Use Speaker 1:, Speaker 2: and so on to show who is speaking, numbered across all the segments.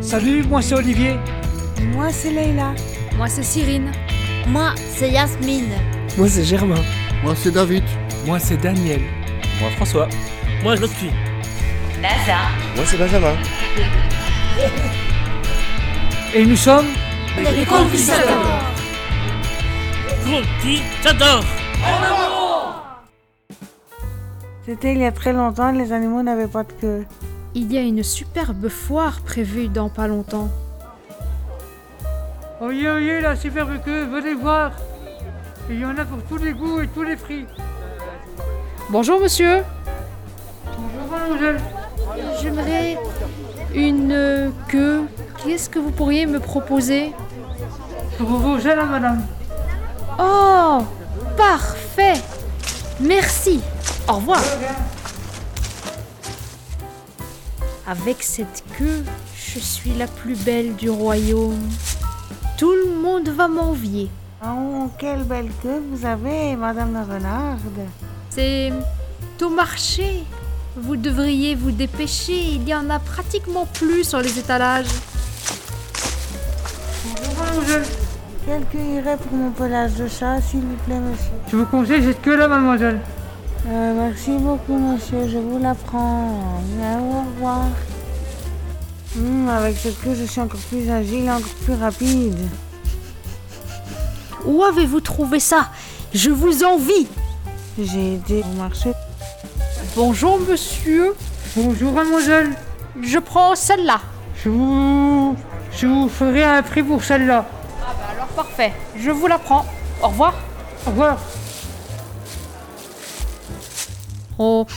Speaker 1: Salut, moi c'est Olivier.
Speaker 2: Moi, c'est Leïla.
Speaker 3: Moi, c'est Cyrine.
Speaker 4: Moi, c'est Yasmine.
Speaker 5: Moi, c'est Germain.
Speaker 6: Moi, c'est David.
Speaker 7: Moi, c'est Daniel.
Speaker 8: Moi, François.
Speaker 9: Moi, je me suis.
Speaker 10: NASA.
Speaker 11: Moi, c'est Benjamin.
Speaker 1: Et nous sommes.
Speaker 12: Les, les confisateurs.
Speaker 9: Confisateurs.
Speaker 2: C'était il y a très longtemps, les animaux n'avaient pas de queue.
Speaker 3: Il y a une superbe foire prévue dans pas longtemps.
Speaker 1: Oyez, oyez, la superbe queue, venez voir. Il y en a pour tous les goûts et tous les prix.
Speaker 3: Bonjour monsieur.
Speaker 1: Bonjour mademoiselle.
Speaker 3: J'aimerais une euh, queue. Qu'est-ce que vous pourriez me proposer
Speaker 1: Pour vous, là, madame.
Speaker 3: Oh, parfait. Merci. Au revoir. Avec cette queue, je suis la plus belle du royaume. Tout le monde va m'envier.
Speaker 2: Oh, quelle belle queue vous avez, Madame la Renarde.
Speaker 3: C'est au marché. Vous devriez vous dépêcher. Il y en a pratiquement plus sur les étalages.
Speaker 1: Bonjour,
Speaker 2: Quelle queue irait pour mon pelage de chat, s'il vous plaît, monsieur
Speaker 1: Je vous conseille cette queue-là, mademoiselle.
Speaker 2: Euh, merci beaucoup, monsieur. Je vous la prends. Au revoir. Mmh, avec cette queue, je suis encore plus agile, encore plus rapide.
Speaker 4: Où avez-vous trouvé ça Je vous envie.
Speaker 2: J'ai été au marché.
Speaker 3: Bonjour, monsieur.
Speaker 1: Bonjour, mademoiselle.
Speaker 3: Je prends celle-là.
Speaker 1: Je vous... je vous ferai un prix pour celle-là.
Speaker 3: Ah bah alors parfait. Je vous la prends. Au revoir.
Speaker 1: Au revoir.
Speaker 3: Oh.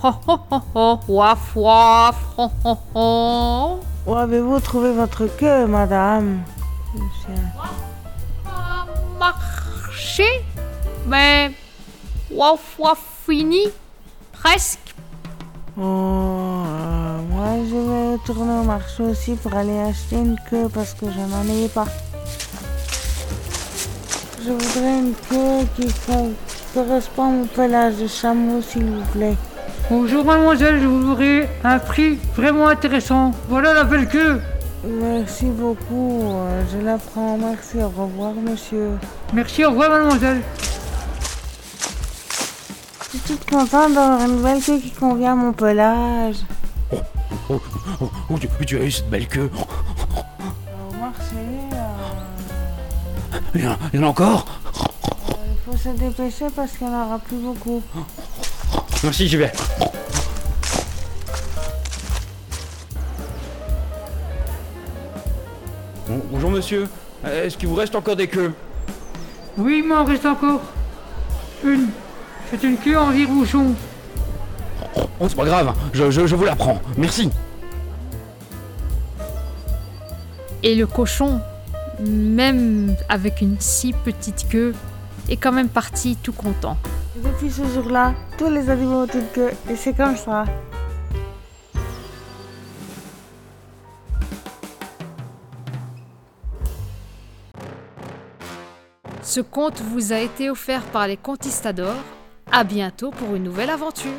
Speaker 3: Oh, oh, oh, oh, waf, waf, oh, oh, oh.
Speaker 2: Où avez-vous trouvé votre queue, madame Monsieur.
Speaker 3: Ah, Marché Mais. Waf, waf, fini Presque
Speaker 2: Oh, euh, moi je vais retourner au marché aussi pour aller acheter une queue parce que je n'en ai pas. Je voudrais une queue qui correspond à mon pelage de chameau, s'il vous plaît.
Speaker 1: Bonjour mademoiselle, je vous aurai un prix vraiment intéressant. Voilà la belle queue.
Speaker 2: Merci beaucoup, euh, je la prends. Merci, au revoir monsieur.
Speaker 1: Merci, au revoir mademoiselle.
Speaker 2: Je suis toute contente d'avoir une belle queue qui convient à mon pelage.
Speaker 13: Oh, oh, oh, oh tu, tu, as eu cette belle queue
Speaker 2: Au marché. Euh...
Speaker 13: Il, y en, il y en a encore
Speaker 2: euh, Il faut se dépêcher parce qu'il n'y en aura plus beaucoup.
Speaker 13: Merci, j'y vais. Bon, bonjour monsieur, euh, est-ce qu'il vous reste encore des queues
Speaker 1: Oui, il m'en reste encore une. C'est une queue en virouchon.
Speaker 13: Oh, c'est pas grave, je, je, je vous la prends. Merci.
Speaker 3: Et le cochon, même avec une si petite queue, est quand même parti tout content.
Speaker 2: Depuis ce jour-là, tous les animaux ont une queue et c'est comme ça.
Speaker 3: Ce conte vous a été offert par les Conquistadors. À bientôt pour une nouvelle aventure.